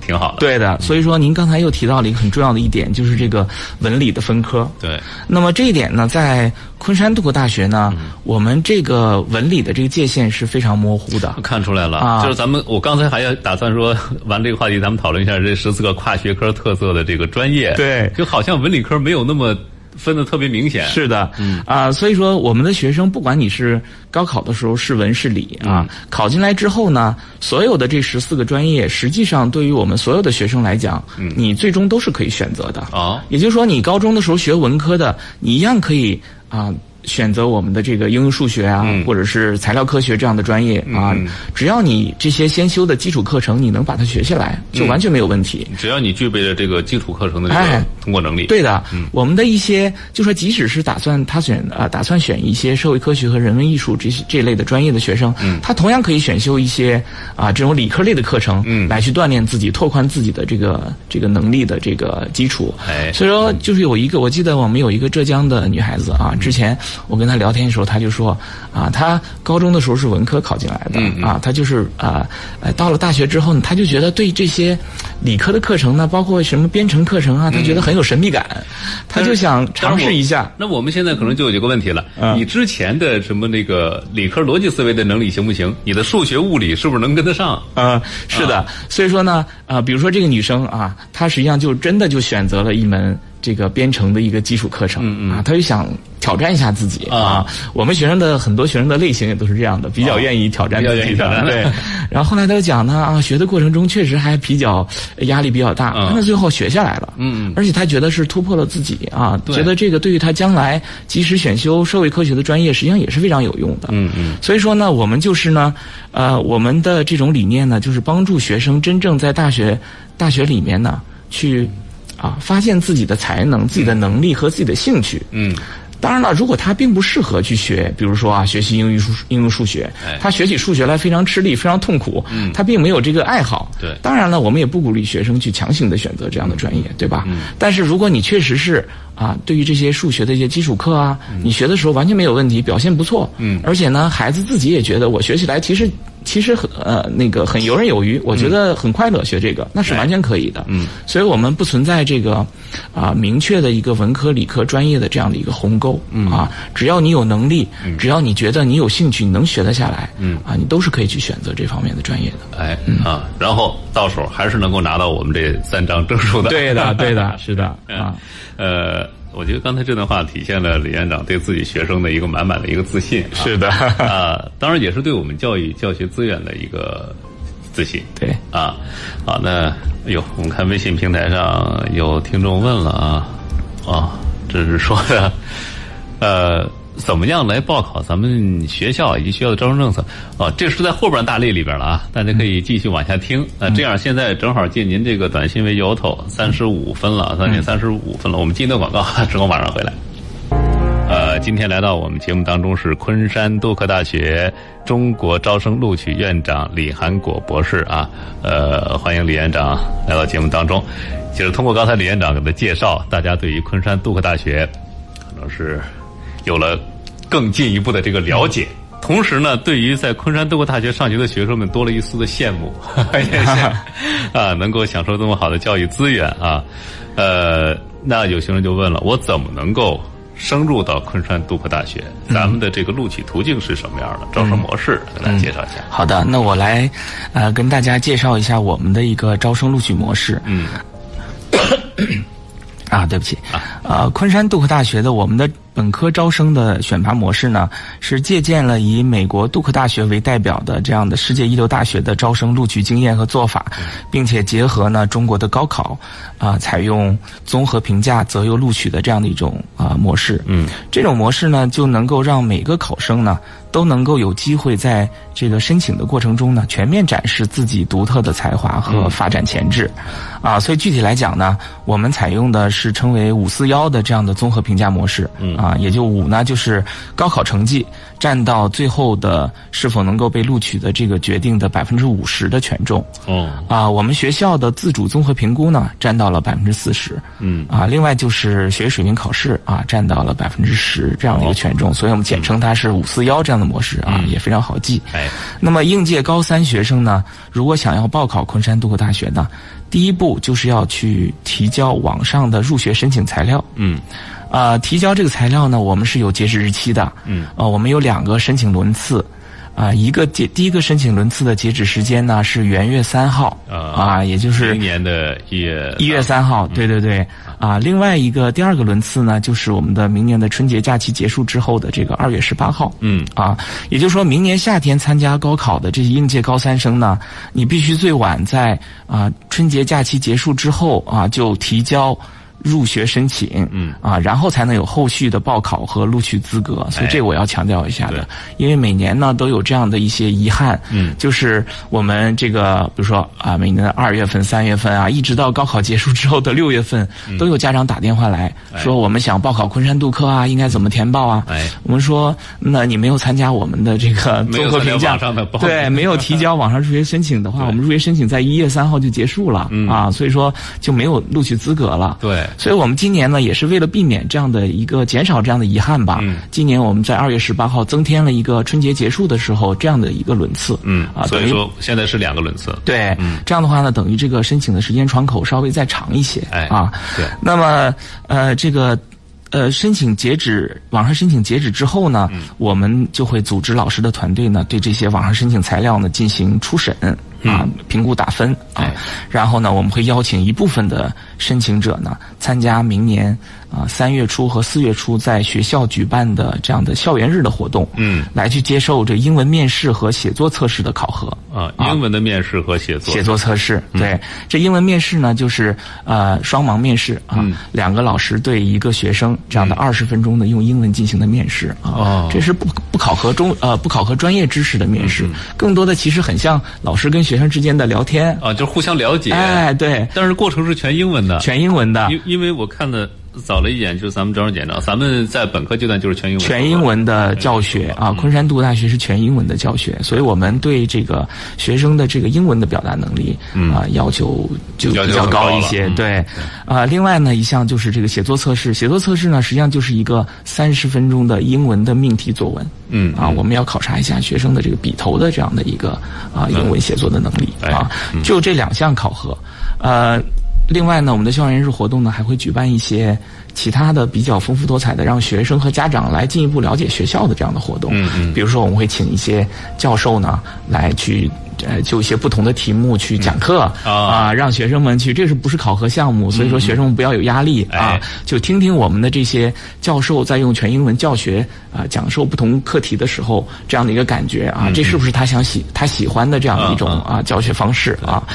挺好的。
对的，所以说您刚才又提到了一个很重要的一点，就是这个文理的分科。
对，
那么这一点呢，在昆山杜克大学呢，我们这个文理的这个界限是非常模糊的。
看出来了，
啊
就是咱们，我刚才还要打算说，完这个话题，咱们讨论一下这十四个跨学科特色的这个专业。
对
就好像文理科没有那么分的特别明显。，
是的，嗯啊、所以说我们的学生，不管你是高考的时候是文是理啊，考进来之后呢，所有的这十四个专业，实际上对于我们所有的学生来讲，你最终都是可以选择的。
哦
也就是说，你高中的时候学文科的，你一样可以啊。选择我们的这个应用数学啊，或者是材料科学这样的专业啊，只要你这些先修的基础课程你能把它学下来，就完全没有问题。
只要你具备了这个基础课程的这个
哎
通过能力，嗯
对的，我们的一些就说，即使是打算他选呃，打算选一些社会科学和人文艺术这些这类的专业的学生，
嗯
他同样可以选修一些啊、这种理科类的课程，
嗯
来去锻炼自己，拓宽自己的这个这个能力的这个基础。
哎
所以说就是有一个，我记得我们有一个浙江的女孩子啊，之前我跟她聊天的时候，她就说啊，她高中的时候是文科考进来的、啊，她就是啊，呃，到了大学之后呢，她就觉得对这些理科的课程呢，包括什么编程课程啊，她觉得很有神秘感，她就想尝试一下。
那我们现在可能就有一个问题了，
嗯
你之前的什么那个理科逻辑思维的能力行不行？你的数学、物理是不是能跟得上？
呃，是的，所以说呢，啊、比如说这个女生啊，她实际上就真的就选择了一门这个编程的一个基础课程、啊，她就想挑战一下自己
嗯啊
我们学生的很多学生的类型也都是这样的，比较
哦
愿意挑战
比较
自
愿
己
意挑
的，
战
对。 然后后来她就讲呢，啊，学的过程中确实还比较压力比较大，
嗯
但是最后学下来了，
嗯嗯
而且她觉得是突破了自己啊，
对
觉得这个对于她将来即使选修社会科学的专业，实际上也是非常有用的，
嗯嗯，
所以说呢，我们就是呢，呃，我们的这种理念呢，就是帮助学生真正在大学大学里面呢，去啊发现自己的才能、自己的能力和自己的兴趣。
嗯，
当然了，如果他并不适合去学，比如说啊，学习英语数应用数学
哎，嗯
他学起数学来非常吃力、非常痛苦，他并没有这个爱好。
对
当然了，我们也不鼓励学生去强行的选择这样的专业，对吧？但是如果你确实是啊，对于这些数学的一些基础课啊，你学的时候完全没有问题，表现不错，
嗯
而且呢，孩子自己也觉得我学起来其实其实很呃那个很游刃有余，我觉得很快乐学这个，那是完全可以的。嗯，所以我们不存在这个啊、明确的一个文科理科专业的这样的一个鸿沟。嗯啊，只要你有能力，只要你觉得你有兴趣，你能学得下来，嗯啊，你都是可以去选择这方面的专业的。
哎啊，然后到手还是能够拿到我们这三张证书的。
对的，对的，是的啊，
呃，我觉得刚才这段话体现了李院长对自己学生的一个满满 的一个自信、啊。
的，
啊，当然也是对我们教育教学资源的一个自习。
对
啊，好，那哎呦，我们看微信平台上有听众问了啊，啊，这是说的，呃，怎么样来报考咱们学校以及学校的招生政策？哦、这是在后边大类里边了啊，大家可以继续往下听。那、这样现在正好借您这个短信为由头，三十五分了，三点三十五分了，我们进一段广告，之后马上回来。呃，今天来到我们节目当中是昆山杜克大学中国招生录取院长李韩果博士啊，呃，欢迎李院长来到节目当中。就是通过刚才李院长给的介绍，大家对于昆山杜克大学可能是有了更进一步的这个了解。
嗯
同时呢，对于在昆山杜克大学上学的学生们，多了一丝的羡慕， 也 是啊，能够享受这么好的教育资源啊。呃，那有学生就问了，我怎么能够升入到昆山杜克大学？
嗯
咱们的这个录取途径是什么样的？招生模式，给大家介绍一下。
嗯好的，那我来，呃，跟大家介绍一下我们的一个招生录取模式。
嗯，
啊，对不起，呃，昆山杜克大学的我们的本科招生的选拔模式呢，是借鉴了以美国杜克大学为代表的这样的世界一流大学的招生录取经验和做法，并且结合呢中国的高考，啊、采用综合评价择优录取的这样的一种啊、模式。
嗯，
这种模式呢，就能够让每个考生呢都能够有机会在这个申请的过程中呢，全面展示自己独特的才华和发展潜质，啊，所以具体来讲呢，我们采用的是称为“五四幺”的这样的综合评价模式，啊，也就五呢就是高考成绩占到最后的是否能够被录取的这个决定的百分之五十的权重，
哦，
啊，我们学校的自主综合评估呢，占到了百分之四十。
嗯，
啊，另外就是学业水平考试啊，占到了百分之十这样的一个权重，所以我们简称它是“五四幺”这样的模式啊，也非常好记。
哎，
那么应届高三学生呢，如果想要报考昆山杜克大学呢，第一步就是要去提交网上的入学申请材料。
嗯，
啊，提交这个材料呢，我们是有截止日期的。
嗯，
呃，我们有两个申请轮次，啊、一个截第一个申请轮次的截止时间呢是元月三号，
啊
啊，也就是
明年的一月
一月三号，对对对，啊，另外一个第二个轮次呢，就是我们的明年的春节假期结束之后的这个二月十八号，
嗯
啊，也就是说明年夏天参加高考的这些应届高三生呢，你必须最晚在啊春节假期结束之后啊就提交。入学申请，
嗯
啊，然后才能有后续的报考和录取资格，所以这
哎
个我要强调一下
对
的，因为每年呢都有这样的一些遗憾，
嗯
就是我们这个，比如说啊，每年的二月份、三月份啊，一直到高考结束之后的六月份，
嗯
都有家长打电话来、说，我们想报考昆山杜克啊，应该怎么填报啊？
哎
我们说，那你没有参加我们的这个
没有
综合
参加
评价
网上的报名
对，没有提交网上入学申请 的话，我们入学申请在一月三号就结束了、
嗯
啊，所以说就没有录取资格了。
对
所以我们今年呢，也是为了避免这样的一个减少这样的遗憾吧。
嗯
今年我们在二月十八号增添了一个春节结束的时候这样的一个轮次。
嗯
啊，，
所
等
以
于
说现在是两个轮次，
对，这样的话呢，等于这个申请的时间窗口稍微再长一些，
哎
啊，
对
那么呃，这个呃，申请截止，网上申请截止之后呢，
嗯
我们就会组织老师的团队呢，对这些网上申请材料呢进行初审啊，评估打分啊，
嗯哎
然后呢，我们会邀请一部分的申请者呢，参加明年啊三、月初和四月初在学校举办的这样的校园日的活动，
嗯，
来去接受这英文面试和写作测试的考核。
啊，英文的嗯面试和写作，
写作测试。对，这英文面试呢，就是呃双盲面试啊，
嗯
两个老师对一个学生这样的二十分钟的用英文进行的面试啊，
哦嗯
这是不不考核中呃不考核专业知识的面试，更多的其实很像老师跟学生之间的聊天。
啊，就是互相了解，
哎，对，
但是过程是全英文的，
全英文的。
因因为我看的早了一眼，就是咱们招生简章，咱们在本科阶段就是全英文，嗯
全英，文的教学啊，昆山杜大学是全英文的教学，所以我们对这个学生的这个英文的表达能力啊、要求就
嗯要求
比较
很高
高一
了
些。
嗯
对，啊、另外呢一项就是这个写作测试，写作测试呢实际上就是一个三十分钟的英文的命题作文。
嗯
啊，我们要考察一下学生的这个笔头的这样的一个啊英文写作的能力
嗯哎
啊，就这两项考核，呃。另外呢，我们的校园日活动呢还会举办一些其他的比较丰富多彩的，让学生和家长来进一步了解学校的这样的活动。
嗯嗯
比如说，我们会请一些教授呢来去呃就一些不同的题目去讲课啊、
嗯
让学生们去，这是不是考核项目？所以说学生们不要有压力、
哎
啊，就听听我们的这些教授在用全英文教学啊、讲授不同课题的时候这样的一个感觉啊，这是不是他想喜他喜欢的这样的一种
嗯嗯
啊教学方式啊，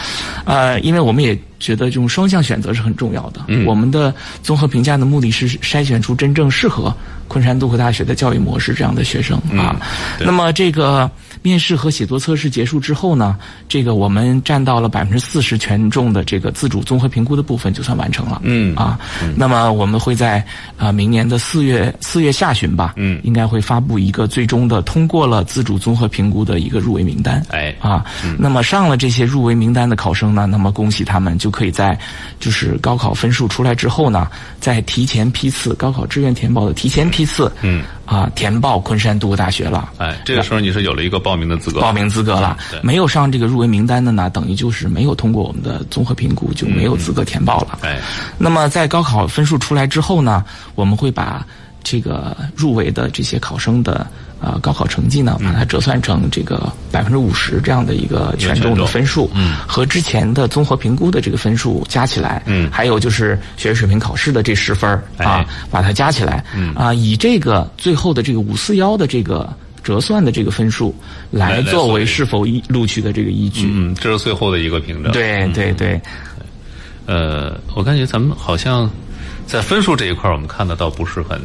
呃，因为我们也觉得这种双向选择是很重要的。我们的综合评价的目的是筛选出真正适合昆山杜克大学的教育模式这样的学生啊。
对
那么这个面试和写作测试结束之后呢，这个我们占到了百分之四十权重的这个自主综合评估的部分就算完成了。
嗯
啊，那么我们会在啊、呃明年的四月四月下旬吧，
嗯
应该会发布一个最终的通过了自主综合评估的一个入围名单。
哎
啊，那么上了这些入围名单的考生呢，那么恭喜他们就可以在就是高考分数出来之后呢，在提前批次高考志愿填报的提前批次，
嗯
啊，填报昆山杜克大学了。
哎，这个时候你是有了一个报名的资格，
报名资格了
嗯对，
没有上这个入围名单的呢，等于就是没有通过我们的综合评估，就没有资格填报了。
哎，
那么在高考分数出来之后呢，我们会把这个入围的这些考生的呃高考成绩呢，
嗯
把它折算成这个百分之五十这样的一个权重的分数，嗯，和之前的综合评估的这个分数加起来，
嗯
还有就是学习水平考试的这十分儿啊
哎，
把它加起来，嗯啊，以这个最后的这个五四幺的这个。折算的这个分数
来
来
来
作
作
为
为
是否依录取的这个依据，嗯
嗯，这是最后的一个凭证。，
对对对，
呃，我感觉咱们好像在分数这一块儿，我们看的倒不是很，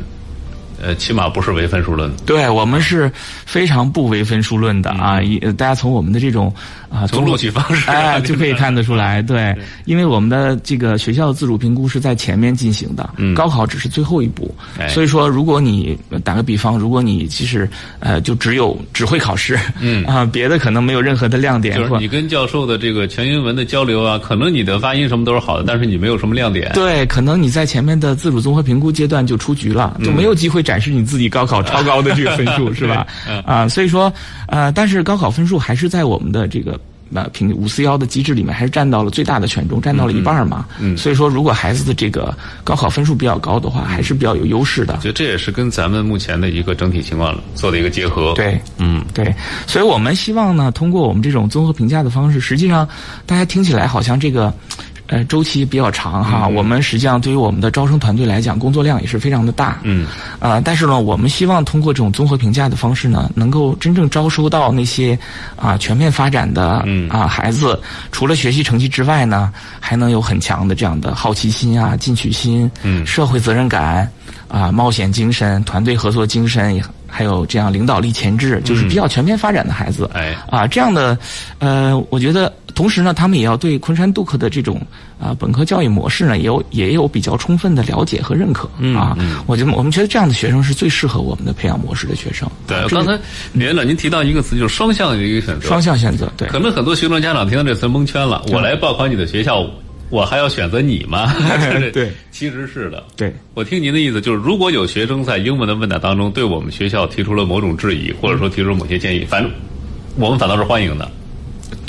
呃，起码不是唯分数论。
对我们是非常不唯分数论的啊，一呃大家从我们的这种啊
从录取方式啊这
哎
个
就可以看得出来，对，因为我们的这个学校的自主评估是在前面进行的，高考只是最后一步
哎，
所以说如果你呃打个比方，如果你其实呃就只有只会考试，嗯啊别的可能没有任何的亮点
就，是
或
你跟教授的这个全英文的交流啊，可能你的发音什么都是好的，但是你没有什么亮点。
对，可能你在前面的自主综合评估阶段就出局了，就没有机会展示你自己高考超高的这个分 数，是吧？啊，所以说，呃，但是高考分数还是在我们的这个。呃，评五四幺的机制里面还是占到了最大的权重，占到了一半儿嘛。嗯，所以说如果孩子的这个高考分数比较高的话，还是比较有优势的
我。觉得这也是跟咱们目前的一个整体情况做的一个结合。，
对，
嗯，
对，所以我们希望呢，通过我们这种综合评价的方式，实际上大家听起来好像这个。呃，周期比较长
嗯
哈，我们实际上对于我们的招生团队来讲，工作量也是非常的大。
嗯，
啊，但是呢，我们希望通过这种综合评价的方式呢，能够真正招收到那些啊全面发展的
嗯
啊孩子，除了学习成绩之外呢，还能有很强的这样的好奇心啊、进取心、
嗯
社会责任感啊、冒险精神、团队合作精神，也还有这样领导力潜质，就是比较全面发展的孩子。
哎
啊，这样的，呃，我觉得同时呢，他们也要对昆山杜克的这种啊、本科教育模式呢，也有也有比较充分的了解和认可、啊。我觉得我们觉得这样的学生是最适合我们的培养模式的学生。
对
啊。这
刚
个
才李院长您提到一个词，就是双向的一个选择。
双嗯向选择，对
可能很多学生家长听到这词蒙圈了，我来报考你的学校，我还要选择你 吗？就是
对，
其实是的。
对。
我听您的意思就是，如果有学生在英文的问答当中对我们学校提出了某种质疑，或者说提出了某些建议，反正我们反倒是欢迎的。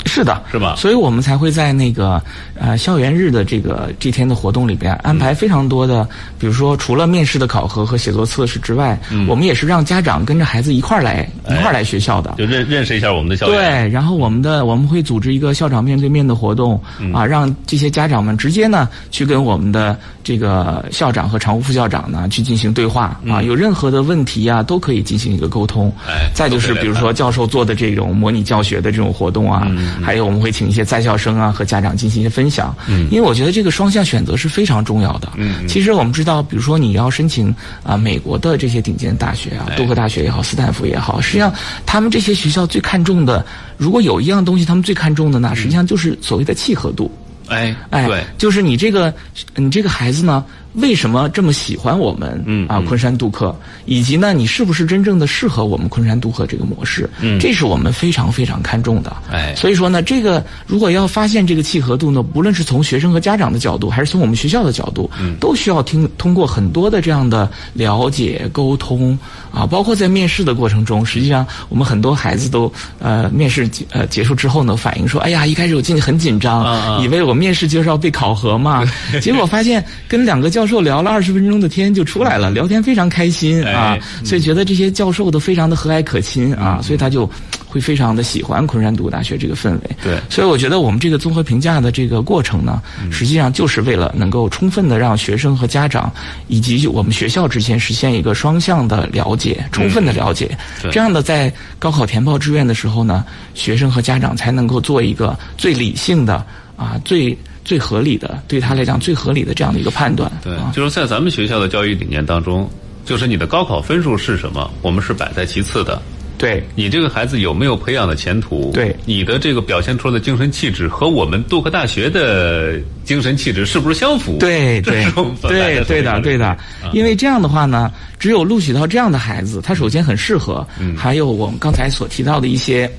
是的，
是吧
所以我们才会在那个呃校园日的这个这天的活动里边安
嗯
排非常多的，比如说除了面试的考核和写作测试之外，
嗯
我们也是让家长跟着孩子一块儿来、一块儿来学校的。
哎就认认识一下我们的校园。
对，然后我们的我们会组织一个校长面对面的活动、
嗯
啊，让这些家长们直接呢去跟我们的这个校长和常务副校长呢去进行对话、啊，有任何的问题呀、都可以进行一个沟通。
嗯哎
再就是
都可以来
比如说教授做的这种模拟教学的这种活动啊，
嗯
还有我们会请一些在校生啊和家长进行一些分享，因为我觉得这个双向选择是非常重要的。
嗯
其实我们知道，比如说你要申请啊美国的这些顶尖大学啊
哎，
杜克大学也好，斯坦福也好，实际上他们这些学校最看重的，如果有一样东西他们最看重
嗯
的呢，实际上就是所谓的契合度。
哎，
哎，
对，
就是你这个你这个孩子呢，为什么这么喜欢我们？
嗯
啊，昆山杜克，以及呢，你是不是真正的适合我们昆山杜克这个模式？
嗯
这是我们非常非常看重的。
哎
所以说呢，这个如果要发现这个契合度呢，不论是从学生和家长的角度，还是从我们学校的角度，
嗯
都需要听通过很多的这样的了解、沟通啊，包括在面试的过程中，实际上我们很多孩子都呃面试结呃结束之后呢，反映说，哎呀，一开始我进去很紧张，
啊啊
以为我面试就是要被考核嘛，结果发现跟两个教授聊了二十分钟的天就出来了，聊天非常开心啊。
哎
所以觉得这些教授都非常的和蔼可亲
嗯
啊，所以他就会非常的喜欢昆山读大学这个氛围。
对嗯
所以我觉得我们这个综合评价的这个过程呢，实际上就是为了能够充分的让学生和家长以及我们学校之间实现一个双向的了解，充分的了解。
嗯对
这样的在高考填报志愿的时候呢，学生和家长才能够做一个最理性的啊最。最合理的，对他来讲最合理的这样的一个判断。
对
啊，
就是在咱们学校的教育理念当中，就是你的高考分数是什么，我们是摆在其次的。
对，
你这个孩子有没有培养的前途？
对
你的这个表现出来的精神气质和我们杜克大学的精神气质是不是相符？
对
这
对
是我们本来
对对
这
的
个
对的，因为这样的话呢，只有录取到这样的孩子，他首先很适合，
嗯
还有我们刚才所提到的一些。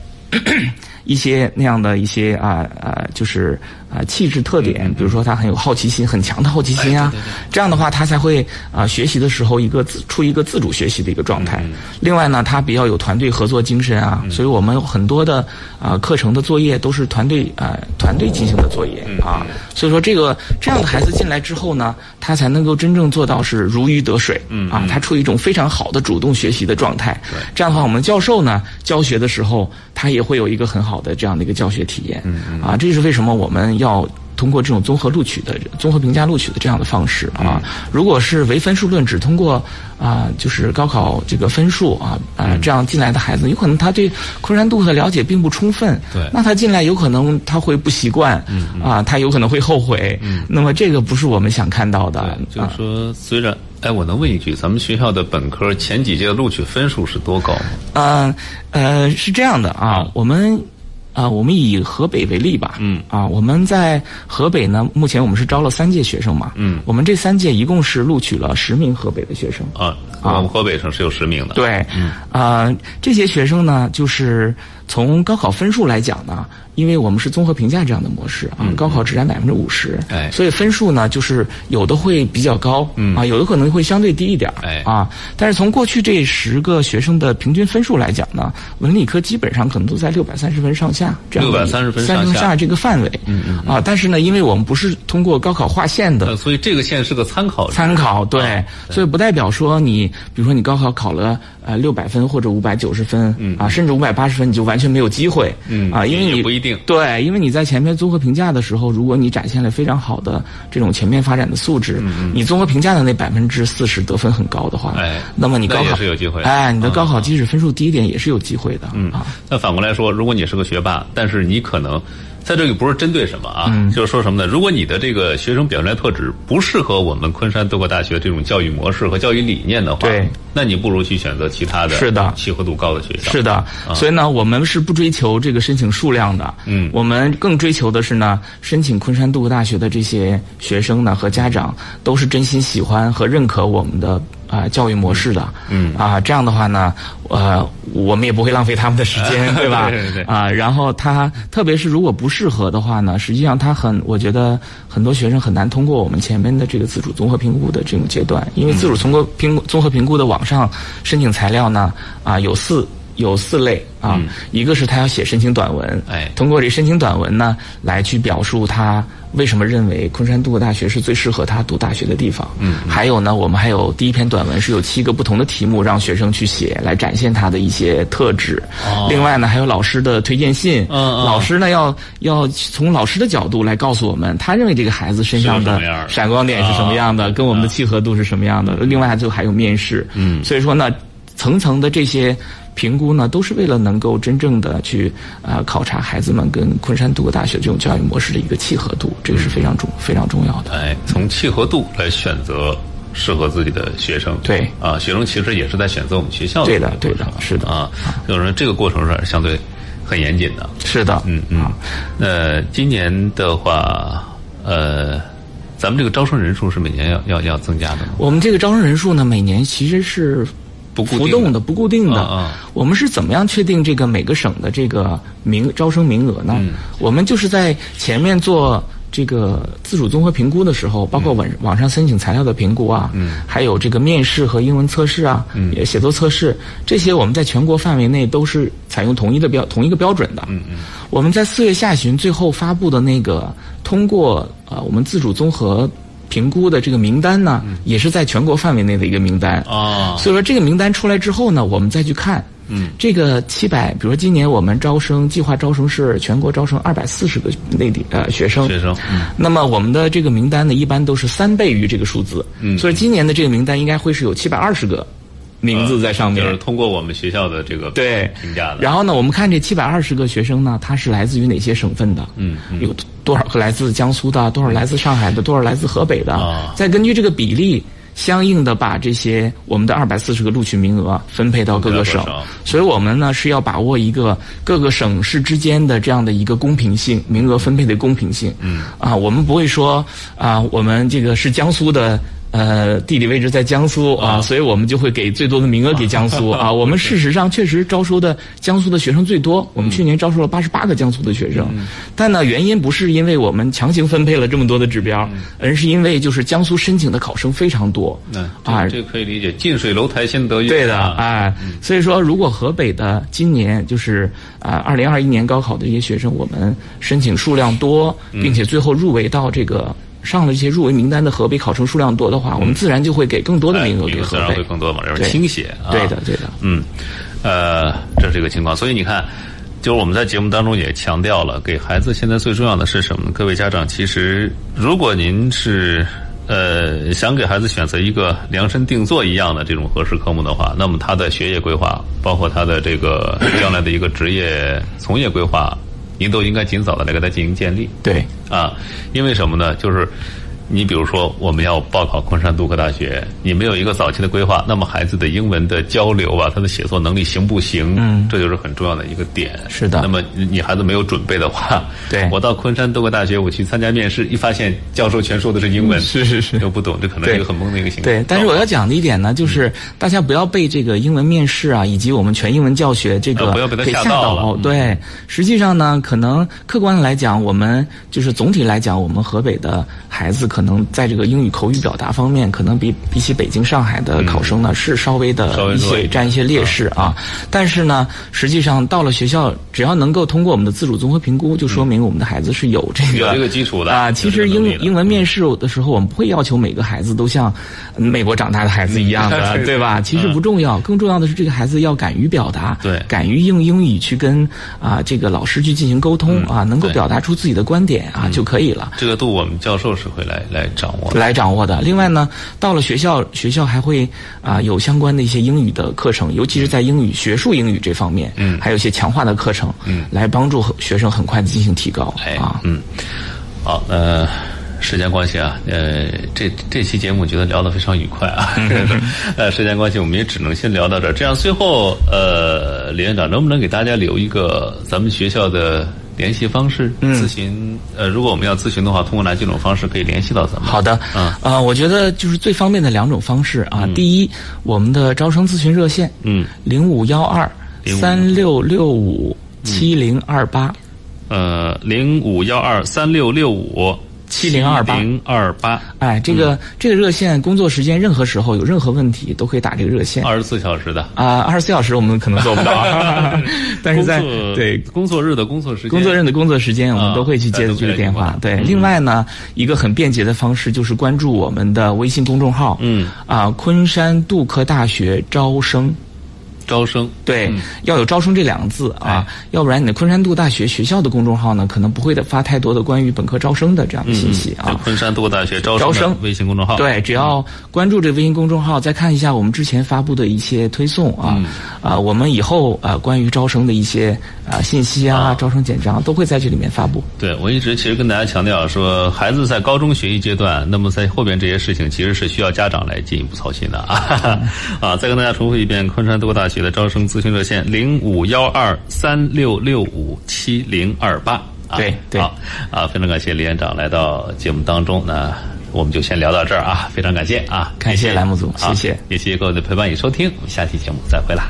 一些那样的一些啊啊、就是啊、气质特
嗯
点，比如说他很有好奇心，很强的好奇心
哎
啊，这样的话他才会啊、学习的时候一个自处于一个自主学习的一个状态。另外呢，他比较有团队合作精神啊，所以我们有很多的啊、课程的作业都是团队啊、团队进行的作业啊，所以说这个这样的孩子进来之后呢，他才能够真正做到是如鱼得水，嗯啊，他处于一种非常好的主动学习的状态。这样的话，我们教授呢教学的时候，他也会有一个很好的这样的一个教学体验，嗯啊，这是为什么我们要。通过这种综合录取的、综合评价录取的这样的方式
嗯
啊，如果是唯分数论，只通过啊、就是高考这个分数啊啊、
嗯
这样进来的孩子，有可能他对昆山杜克的了解并不充分，
对嗯
那他进来有可能他会不习惯，啊，他有可能会后悔，那么这个不是我们想看到的
对，哎就
啊
是说，虽然，哎，我能问一句，咱们学校的本科前几届的录取分数是多高吗？
呃呃，是这样的啊，我们啊、我们以河北为例吧，
嗯，
啊，我们在河北呢，目前我们是招了三届学生嘛，
嗯
我们这三届一共是录取了十名河北的学生，
啊，我们河北省是有实名的。，嗯
对，啊、这些学生呢，就是从高考分数来讲呢，因为我们是综合评价这样的模式啊，高考只占百分之五十，
嗯哎
所以分数呢，就是有的会比较高，
嗯
啊，有的可能会相对低一点儿，
哎
啊，但是从过去这十个学生的平均分数来讲呢，文理科基本上可能都在六百三十分上下，这样的
630分上下
三这个范围，嗯嗯啊，但是呢，因为我们不是通过高考划线的
呃，所以这个线是个参考值。
参考，
啊
对，所以不代表说你，比如说你高考考了呃六百分或者五百九十分，啊，甚至五百八十分，你就完全没有机会，
嗯
啊，因为
也
你
不一定
对，因为你在前面综合评价的时候，如果你展现了非常好的这种前面发展的素质，
嗯
你综合评价的那百分之四十得分很高的话，
哎
那么你
那
高
也
考
是有机会的嗯
哎，你的高考即使分数低一点也是有机会的，嗯啊，
那反过来说，如果你是个学霸，但是你可能在这里不是针对什么啊，
嗯
就是说什么呢？如果你的这个学生表现特质不适合我们昆山多个大学这种教育模式和教育理念的话，
对，
那你不如去选择其他的
是的
契合度高的学校。
是的，所以呢，我们是不追求这个申请数量的，
啊嗯
我们更追求的是呢，申请昆山杜克大学的这些学生呢和家长都是真心喜欢和认可我们的啊、教育模式的，嗯啊、这样的话呢，呃，我们也不会浪费他们的时 间，对吧？
对对对
啊、然后他特别是如果不适合的话呢，实际上他很，我觉得很多学生很难通过我们前面的这个自主综合评估的这种阶段，因为自主综合评估综合评估的网上申请材料呢，啊、有四。有四类啊，一个是他要写申请短文，
嗯哎
通过这申请短文呢，来去表述他为什么认为昆山杜克大学是最适合他读大学的地方。嗯，还有呢，我们还有第一篇短文是有七个不同的题目让学生去写，来展现他的一些特质。
哦
另外呢，还有老师的推荐信。
嗯嗯
老师呢要要从老师的角度来告诉我们，他认为这个孩子身上
是
的
什么样儿的
闪光点是什么样
嗯
的，跟我们的契合度是什么样的。另外，就还有面试。嗯，所以说呢，层层的这些。评估呢，都是为了能够真正的去呃考察孩子们跟昆山杜克大学这种教育模式的一个契合度，这个是非常
嗯
重非常重要的。
哎，从契合度来选择适合自己的学生。
对
啊，学生其实也是在选择我们学校的这
对
个
的
过程。
对的是的
啊，就是说这个过程是相对很严谨的。嗯
是的，
嗯嗯，呃，今年的话，呃，咱们这个招生人数是每年要要要增加的吗？
我们这个招生人数呢，每年其实是
不固定
浮动的、不固定的。
嗯嗯
我们是怎么样确定这个每个省的这个名招生名额呢？我们就是在前面做这个自主综合评估的时候，包括网网上申请材料的评估啊，还有这个面试和英文测试啊，也写作测试这些，我们在全国范围内都是采用统一的标同一个标准的。嗯嗯，我们在四月下旬最后发布的那个通过呃我们自主综合。评估的这个名单呢，也是在全国范围内的一个名单。
哦
所以说这个名单出来之后呢，我们再去看，嗯，这个七百，比如说今年我们招生计划招生是全国招生二百四十个内地呃学生，
学生嗯
那么我们的这个名单呢，一般都是三倍于这个数字，嗯，所以今年的这个名单应该会是有七百二十个名字在上面，
呃就是通过我们学校的这个
嗯对
评价的。
然后呢，我们看这七百二十个学生呢，他是来自于哪些省份的？嗯，有多少个来自江苏的，多少来自上海的，多少来自河北的？
啊
再根据这个比例，相应的把这些我们的二百四十个录取名额分配到各个省
分配到各省。
所以我们呢是要把握一个各个省市之间的这样的一个公平性，名额分配的公平性。嗯，啊，我们不会说啊，我们这个是江苏的。呃，地理位置在江苏啊，所以我们就会给最多的名额给江 苏啊。我们事实上确实招收的江苏的学生最多，我们去年招收了八十八个江苏的学生，但呢，原因不是因为我们强行分配了这么多的指标，而是因为就是江苏申请的考生非常多，
嗯，
啊
这这可以理解，近水楼台先得月。
对的，
啊，
哎，所以说，如果河北的今年就是啊，二零二一年高考的这些学生，我们申请数量多，
嗯
并且最后入围到这个上了这些入围名单的河北考生数量多的话，我们自然就会给更多的
嗯哎
名额
名
给
额自
河
然
北
会。更多往这边
对
倾斜。啊
对的，对的，
嗯，呃，这是一个情况。所以你看，就是我们在节目当中也强调了，给孩子现在最重要的是什么呢？各位家长，其实如果您是呃想给孩子选择一个量身定做一样的这种合适科目的话，那么他的学业规划，包括他的这个将来的一个职业从业规划，您都应该尽早的来给他进行建立。
对，
啊，因为什么呢？就是你比如说，我们要报考昆山杜克大学，你没有一个早期的规划，那么孩子的英文的交流啊，他的写作能力行不行？嗯，这就是很重要的一个点。
是的
那么你你孩子没有准备的话，
对
我到昆山杜克大学，我去参加面试，一发现教授全说的是英文，
嗯是是是
又不懂，这可能是一个
对
很懵的一个情况。
对，但是我要讲的一点呢，
嗯
就是大家不要被这个英文面试啊，以及我们全英文教学这
呃
个
不要被它
给
吓
吓
到了嗯
到。对，实际上呢，可能客观的来讲，我们就是总体来讲，我们河北的孩子可能在这个英语口语表达方面，可能比比起北京、上海的考生呢，是稍微
稍
的
微弱
一
一
些
点
占一些劣势啊。但是呢，实际上到了学校，只要能够通过我们的自主综合评估，就说明我们的孩子是有这个
有这个基础的
啊。
有
其
这个能
实
力
英
的
英文面试的时候，我们不会要求每个孩子都像嗯美国长大的孩子一样
嗯
的，
对
对吧？其实不重要，更重要的是这个孩子要敢于表达，
对
敢于用英语去跟啊这个老师去进行沟通啊，能够
嗯对嗯
表达出自己的观点啊就可以了。
这个度我们教授是会来来掌握的。
来掌握的。另外呢，到了学校，学校还会啊、有相关的一些英语的课程，尤其是在英语学术英语这方面，嗯，还有一些强化的课程，嗯，来帮助学生很快的进行提高、
哎，
啊。
嗯，好，呃，时间关系啊，呃，这这期节目我觉得聊得非常愉快 啊，呃，时间关系我们也只能先聊到这儿。这样最后，呃，李院长能不能给大家留一个咱们学校的联系方式？
嗯
咨询，呃，如果我们要咨询的话，通过哪几种方式可以联系到咱们？
好的，
嗯
呃，我觉得就是最方便的两种方式啊。第一，我们的招生咨询热线，
嗯，
零五幺二嗯
0512
三六六五七零二八，
呃，零五幺二三六六五七零二八，
哎，这个、这个热线工作时间任何时候有任何问题都可以打这个热线。
二十四小时的。
啊，二十四小时我们可能做不到， 但是在
工作
对
工作日的工作时间，
工作日的工作时间，我
啊
们都会去接
都会
这个
来
电
电
话
话。
对，嗯另外呢，一个很便捷的方式就是关注我们的微信公众号，
嗯，
啊，昆山杜克大学招生。
招生
对，要有招生这两个字
哎
啊，要不然你的昆山杜大学学校的公众号呢，可能不会的发太多的关于本科招生的这样的信息啊。
就嗯昆山多个大学招
招
生的
生
微信公众号。嗯
对，只要关注这微信公众号，再看一下我们之前发布的一些推送啊，
嗯
啊、我们以后啊、呃关于招生的一些啊、呃信息啊，招生简章都会在这里面发布。
对，我一直其实跟大家强调说，孩子在高中学习阶段，那么在后边这些事情其实是需要家长来进一步操心的啊。
嗯
啊，再跟大家重复一遍，昆山多个大学的招生咨询热线零五幺二三六六五七零二八。啊
对对
好啊，非常感谢李院长来到节目当中。那我们就先聊到这儿啊，非常感谢啊，
感谢栏目组，
好
谢谢。
也谢谢各位的陪伴与收听，我们下期节目再会啦。